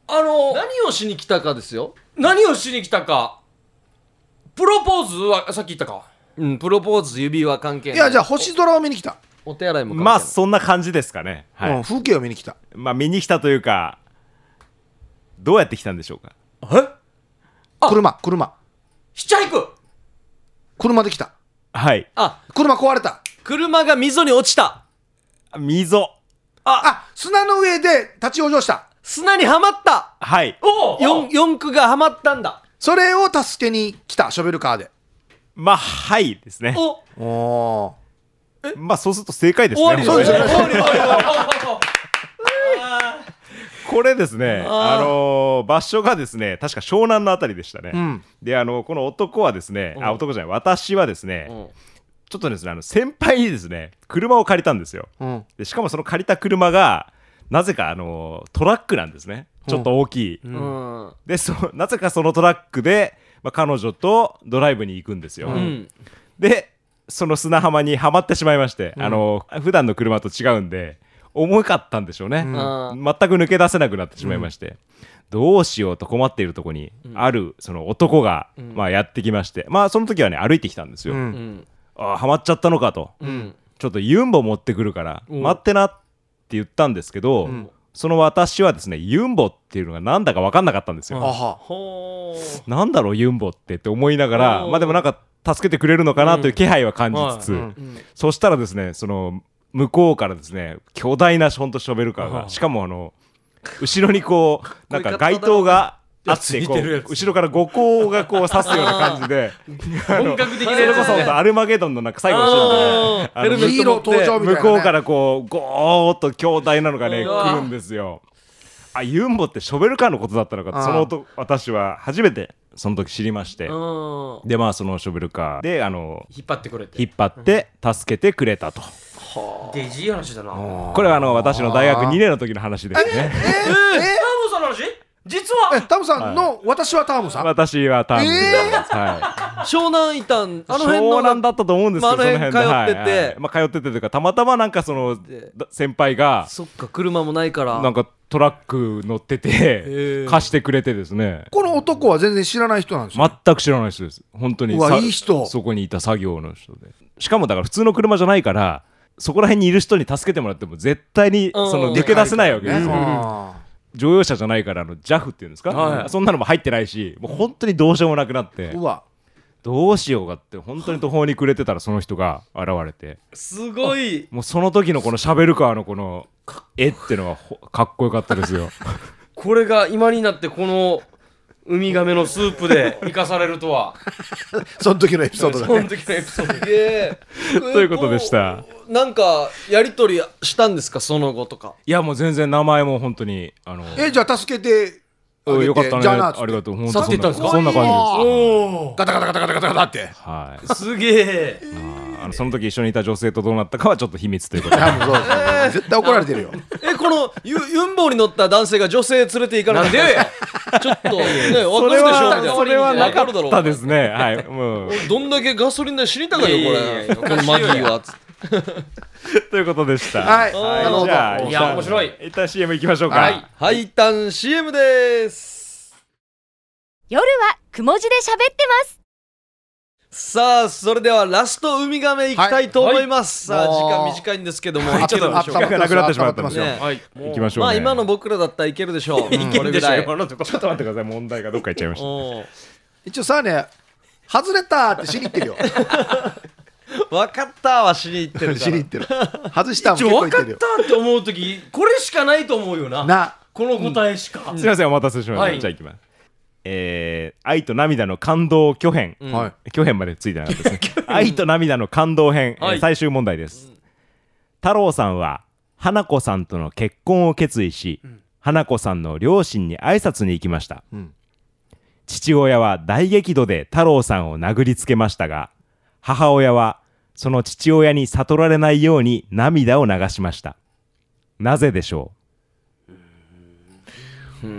あの何をしに来たかですよ何をしに来たかプロポーズはさっき言ったかうんプロポーズ指輪関係ないいやじゃあ星空を見に来た、お手洗いも関係ないまあそんな感じですかねはい、うん、風景を見に来たまあ見に来たというかどうやって来たんでしょうか車車ヒッチハイク車で来たはいあ車壊れた車が溝に落ちた溝あ砂の上で立ち往生した砂にはまったはいお四四駆がはまったんだそれを助けに来たショベルカーでまあはいですねおおおまあそうすると正解です終わりねだそうですよね終わり終わり終わりこれですねあーあのー場所がですね確か湘南のあたりでしたね、んであのこの男はですね、あ男じゃない私はですね、んちょっとですねあの先輩にですね車を借りたんですよ、うんでしかもその借りた車がなぜかあのートラックなんですねちょっと大きい、うんでそ *laughs* なぜかそのトラックで、まあ、彼女とドライブに行くんですよ、うんでその砂浜にはまってしまいまして、あの普段の車と違うんで重かったんでしょうね、ん全く抜け出せなくなってしまいまして、どうしようと困っているとこに、あるその男が、まあ、やってきましてまあその時はね歩いてきたんですよ、うんうんああはまっちゃったのかと、うんちょっとユンボ持ってくるから待ってなって言ったんですけど、その私はですねユンボっていうのがなんだか分かんなかったんですよ、あはほーなんだろうユンボってって思いながらおーまあでもなんか助けてくれるのかなという気配は感じつつ、うんはいんそしたらですねその向こうからですね巨大なほんとショベルカーがしかもあの後ろにこうなんか街灯があってこつういてるやつ後ろから五光がこう刺すような感じ *laughs* で本格的そなれやつこですそねアルマゲドンのなんか最後のシーンみたいなああヘルメット持ってヒーロー登場みたいなね向こうからこうゴーっと強大なのがねうわ来るんですよあユンボってショベルカーのことだったのかとその音私は初めてその時知りましてーうんでまあそのショベルカーであの引っ張ってくれて引っ張って助けてくれたとデジいい話だなあもこれはあの私の大学2年の時の話ですねうその話実はえタムさんの、私はタムさん *laughs* 私はターンです、はい湘南いたんあの辺の湘南だったと思うんですけど、まああの辺その辺通でっててはいはいまあ、通っててというかたまたまなんかそのだ先輩がそっか車もないからなんかトラック乗っててー貸してくれてですねこの男は全然知らない人なんですよ、全く知らない人です本当にうわさいい人そこにいた作業の人でしかもだから普通の車じゃないからそこら辺にいる人に助けてもらっても絶対にうんその抜け出せないわけですよ、あ乗用車じゃないからあの JAF っていうんですか、はいそんなのも入ってないしもう本当にどうしようもなくなってーうわどうしようかって本当に途方に暮れてたらその人が現れてすごいもうその時のこのシャベルカーのこの絵ってのはほかっこよかったです *laughs* よこれが今になってこのウミガメのスープ *laughs* で生かされるとはその時のエピソそードだのね時のエピソードすげえ *laughs* ということでしたこうなんかやり取りしたんですかその後とかいやもう全然名前も本当にあのえじゃあ助けてあげてよかったねじゃあなっつありがとう本去っていったん当ですかそんなそんな感じですガタガタガタガタガタガタってはいすげえああのその時一緒にいた女性とどうなったかはちょっと秘密ということで多分そうですね絶対怒られてるよえこのユユンボに乗った男性が女性連れて行かなかったんですかちょっとね分 *laughs* そかるでれしょみたいはなそれはなかわるだろうったですねはいもうどんだけガソリン代知りたかよいこやいやいれやこのマギーはつってということでしたはいはなるほどじゃあいや面白い一旦 CM 行きましょうかはいはい一旦 CM です夜はくも字で喋ってます。さあそれではラストウミガメいきたいと思います、はいさあ時間もう短いんですけども、はいいけるでしょう頭かがなくなってしまったんですよねはい。もう行きましょう、ね。まあ今の僕らだったらいけるでしょういいけるでしょう、こ今のとこちょっと待ってください、問題がどっか行っちゃいました。れぐらい一応さあね外れたって知りってるようん分かったはしに行ってるか *laughs* 知りらってる外したもち結ょ構分いってかっるよたって思うとき、これしかないと思うよな。なこの答えしか。すいません、お待たせしました。はいじゃあ行きます。えー、愛と涙の感動巨編、はい巨編までついてなかった *laughs* ですね愛と涙の感動編、えーはい最終問題です、太郎さんは花子さんとの結婚を決意し、花子さんの両親に挨拶に行きました、ん父親は大激怒で太郎さんを殴りつけましたが母親はその父親に悟られないように涙を流しましたなぜでしょ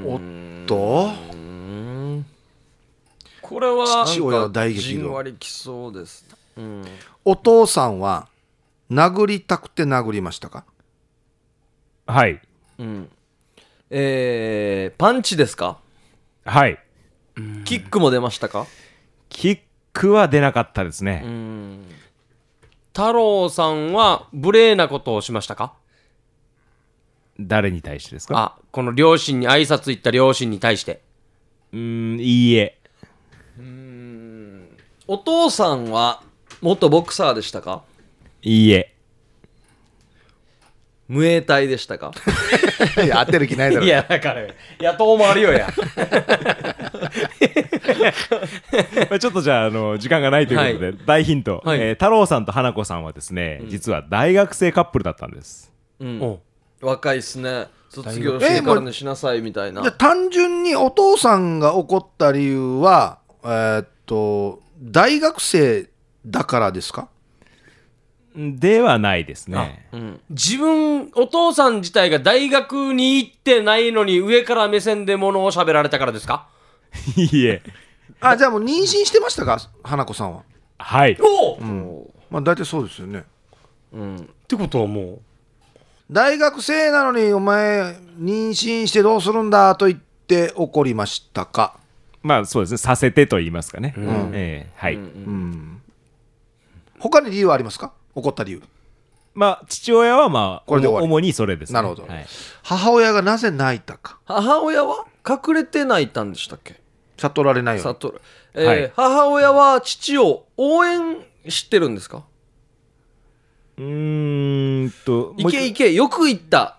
おっとこれは、父親は大激じん怒わりきそうですお父さんは殴りたくて殴りましたかうはいえー、パンチですかはいキックも出ましたかキックは出なかったですね、太郎さんは無礼なことをしましたか誰に対してですかあ、この両親に挨拶行った両親に対して。うーんいいえ *laughs* お父さんは元ボクサーでしたかいいえ無栄隊でしたか *laughs* いや当てる気ないだろいや、だから、野党もあるよや。 *laughs* まあちょっとじゃああの時間がないということで、大ヒント、はいえー太郎さんと花子さんはですね、実は大学生カップルだったんですおう *laughs* 若いっすね卒業してからにしなさいみたいな、じゃあ単純にお父さんが怒った理由はえーっと大学生だからですかではないですね自分、お父さん自体が大学に行ってないのに上から目線で物を喋られたからですか *laughs* いいえあじゃあもう妊娠してましたか花子さんは、はいおうまあ、大体そうですよねってことはも。大学生なのにお前妊娠してどうするんだと言って怒りましたかまあそうですねさせてと言いますかね、えーはい、他に理由はありますか怒った理由まあ父親はまあこれで終わり主にそれですねなるほどはい母親がなぜ泣いたか母親は隠れて泣いたんでしたっけ悟られないように悟る、えーはい母親は父を応援してるんですかうーんといけいけよく行った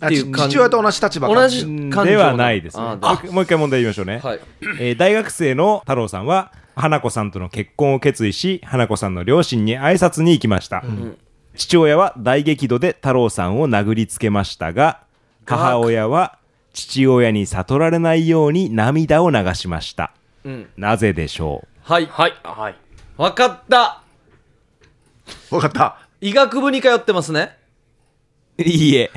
あっていう感じ父親と同じ立場から同じ感情ではないですねあーもう一もう一回問題言いましょうね、はいえー大学生の太郎さんは花子さんとの結婚を決意し花子さんの両親に挨拶に行きました、父親は大激怒で太郎さんを殴りつけましたが母親は父親に悟られないように涙を流しました、んなぜでしょはいうはい。はい。分かった分かった医学部に通ってますねういいえ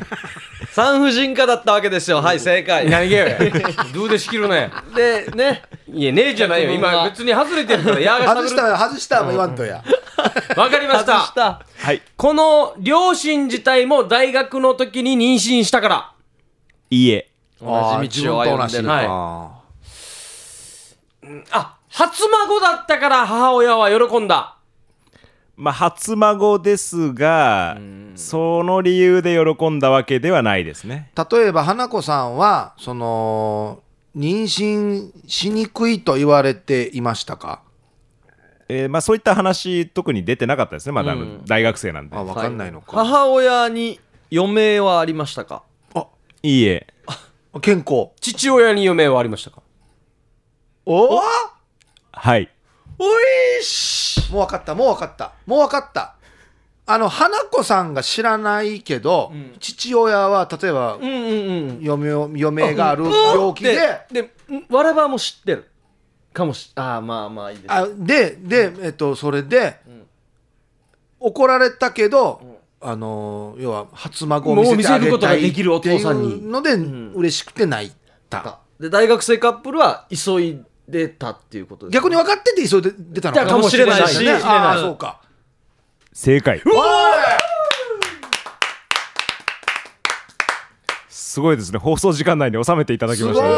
産婦人科だったわけですよはい正解何げよや。 *laughs* どうでしきるね。でねいや、ねえじゃないよ。今、別に外れてるから、やが外し喋る。た外したも言わん *laughs* とやわかりまし外た。したはいこの両親自体も大学の時に妊娠したから。いいえあー同じ道を歩んで自分ると同じはいああ、初孫だったから母親は喜んだ。まあ初孫ですがその理由で喜んだわけではないですねー例えば花子さんはその妊娠しにくいと言われていましたかえーまあ、そういった話特に出てなかったですねまだあの大学生なんで、あ分かんないのか、母親に余命はありましたかいいえ健康父親に余命はありましたかおおはいおいしもう分かったもう分かったもう分かったあの花子さんが知らないけど、父親は例えばうんうんうん余命を余命がある病気で、ででん我々も知ってるかもしああまあまあいいですあでで、えっと、それで、怒られたけど、あのー要は初孫を見せてあげたいもう見せることができるお父さんにっていうので、嬉しくて泣いたで大学生カップルは急いでたっていうことです逆に分かってて急いで出たのかかもしれないししね、ああうんそうか正解すごいですね放送時間内に収めていただきましたね、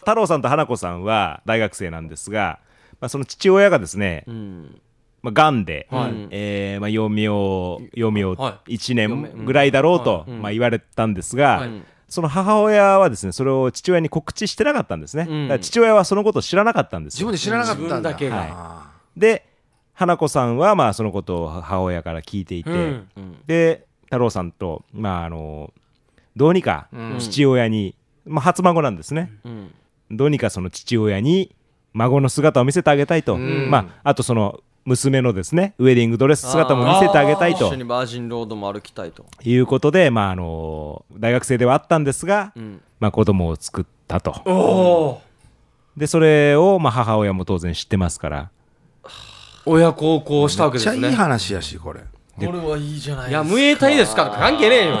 太郎さんと花子さんは大学生なんですが、ままあ、その父親がですね、うんまあ、癌で、はいえーまあ、余命を余命をは1年ぐらいだろうと、まあ、言われたんですが、はいその母親はですねそれを父親に告知してなかったんですね、うんだから父親はそのことを知らなかったんです自よ分で知らなかったんだ自分だけがはで花子さんはまあそのことを母親から聞いていて、うんで太郎さんと、まあ、あのどうにか父親に、まあ、初孫なんですね、うんどうにかその父親に孫の姿を見せてあげたいと、うんまあ、あとその娘のですねウェディングドレス姿も見せてあげたいー一と緒にバージンロードも歩きたいということで、まあ、あの大学生ではあったんですが、んまあ、子供を作ったと。おおでそれをまあ母親も当然知ってますから親孝行したわけめっでちゃすいいね話やしこれこれはいいじゃないいや無栄体ですかって関係ねえよ *laughs*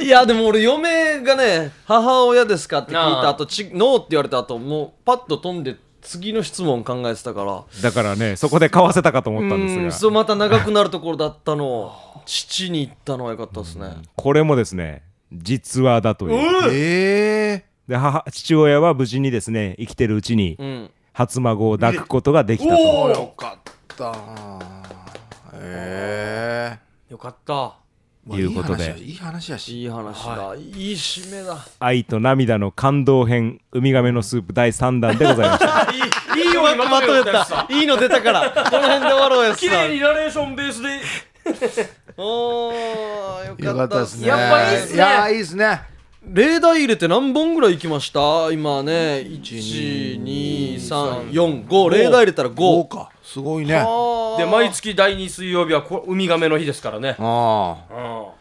いやでも俺嫁がね母親ですかって聞いた後ちノーって言われた後もうパッと飛んで次の質問考えてたからだからねそこで買わせたかと思ったんうでんすがそうまた長くなるところだったのを父に行ったのは良かったですねこれもですね実話だというええで母父親は無事にですね生きてるうちにうん初孫を抱くことができたとおよかったえよかったえいうことでいい話やしいい話だ、い、い締めだ愛と涙の感動編ウミガメのスープ第3弾でございましたいいよ今までやついいの出たからこの辺で終わろうやつ綺さ麗にナレーションベースでおーよよかかっったたでですすねねやっぱいいっすねいやいいっすね例題入れて何本ぐらい行きました今ね12345例題入れたら豪5華すごいねあでで毎月第2水曜日はこウミガメの日ですからねあうあ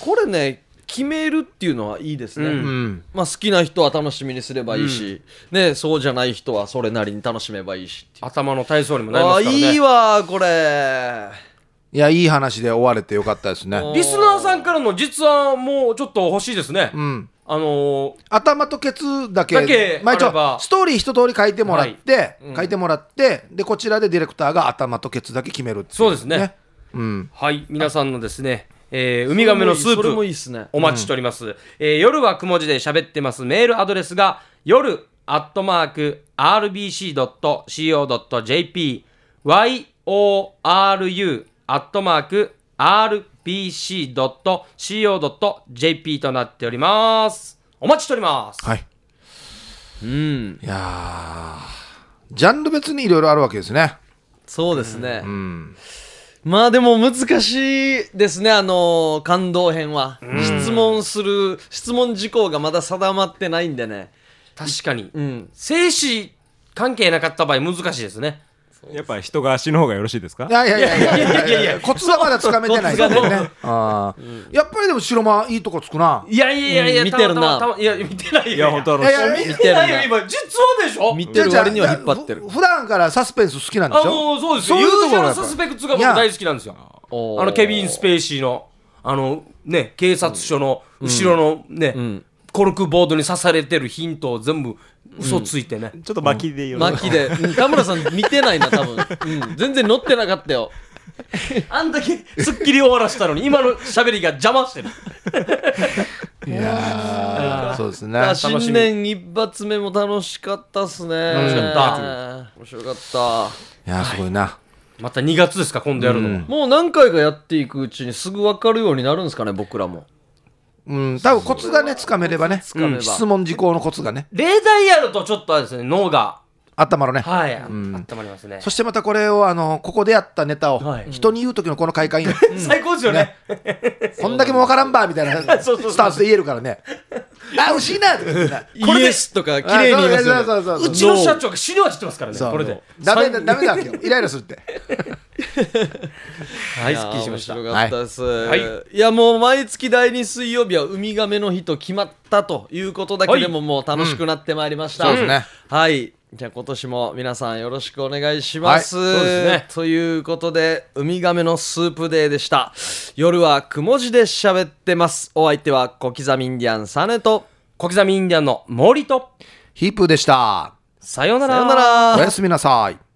これね決めるっていうのはいいですね、うんうんまあ、好きな人は楽しみにすればいいし、ね、そうじゃない人はそれなりに楽しめばいいしってい頭の体操にもうなりまあすからねーいいわこれいやいい話で終われてよかったですねリスナーさんからの実はもうちょっと欲しいですね、うんあのー頭とケツだけだけまあ、一あれば応ストーリー一通り書いてもらって、書いてもらってでこちらでディレクターが頭とケツだけ決めるっていそうですねうんはい皆さんのですね、えーウミガメのスーそれもいいプっすねお待ちしております、えー夜はくも字で喋ってますメールアドレスが夜アットマーク RBC.CO.JP YORU アットマーク RBC.CO.JP となっておりますお待ちしております、はいうんいやージャンル別にいろいろあるわけですねそうですね、うんまあでも難しいですねあのー感動編は、質問する質問事項がまだ定まってないんでね確かにうん生死関係なかった場合難しいですね *laughs* やっぱ人が足の方がよろしいですかいやいやいやいやいやいいややい *laughs* いややコツはまだつかめてないですコツねあーやっぱりでも白間いいとこつくないやいやいやいや、うん見てるなたまたまいや、見てないよ。いや本当あいのやいやいや見見ててるないよ、ね今、実話でしょ見てる割には引っ張ってるふ普段からサスペンス好きなんであ、しょもうそうですよ。いユーとジこャろルがサスペクツが僕大好きなんですよ。あおーの、ケビン・スペイシーの、あの、ね、警察署の後ろのね、コルクボードに刺されてるヒントを全部嘘ついてね。ちょっと巻きでいいよ、巻きでうん田村さん見てないな多分、うん、全然乗ってなかったよあんだけすっきり終わらせたのに、今の喋りが邪魔してる。いやーそうですねあしみ新年一発目も楽しかったっすね楽しかった面白かったいやーすごいなまた2月ですか、今度やるの。もう何回かやっていくうちにすぐ分かるようになるんですかね僕らもうん多分コツがねつかめればねつかめばうん質問事項のコツがね例題やるとちょっとあれですね、脳が。頭のねはい、あったまりますねそ。してまたこれをあのここでやったネタをはい人に言う時のこの快感よ最高ですよねね。こんだけもわからん *laughs* ばみたいなそうそうそうスタンスで言えるから *laughs* ねあ惜しいなとか言ってねイエスとか綺麗に言いますあそうよそねうそううちの社長が死ぬは知ってますからね、そうこれで。ダメだダメだわけよイライラするってはい、すっきりしました。いはやー面白かったです、いいやもう毎月第2水曜日はウミガメの日と決まったということだけでももう楽しくなってまいりました、うんそうですねはいじゃあ今年も皆さんよろしくお願いします、はいそうですねということでウミガメのスープデーでした夜はくも字で喋ってますお相手は小刻みインディアンサネと小刻みインディアンの森と、ヒープーでしたさようなさら。よならおやすみなさい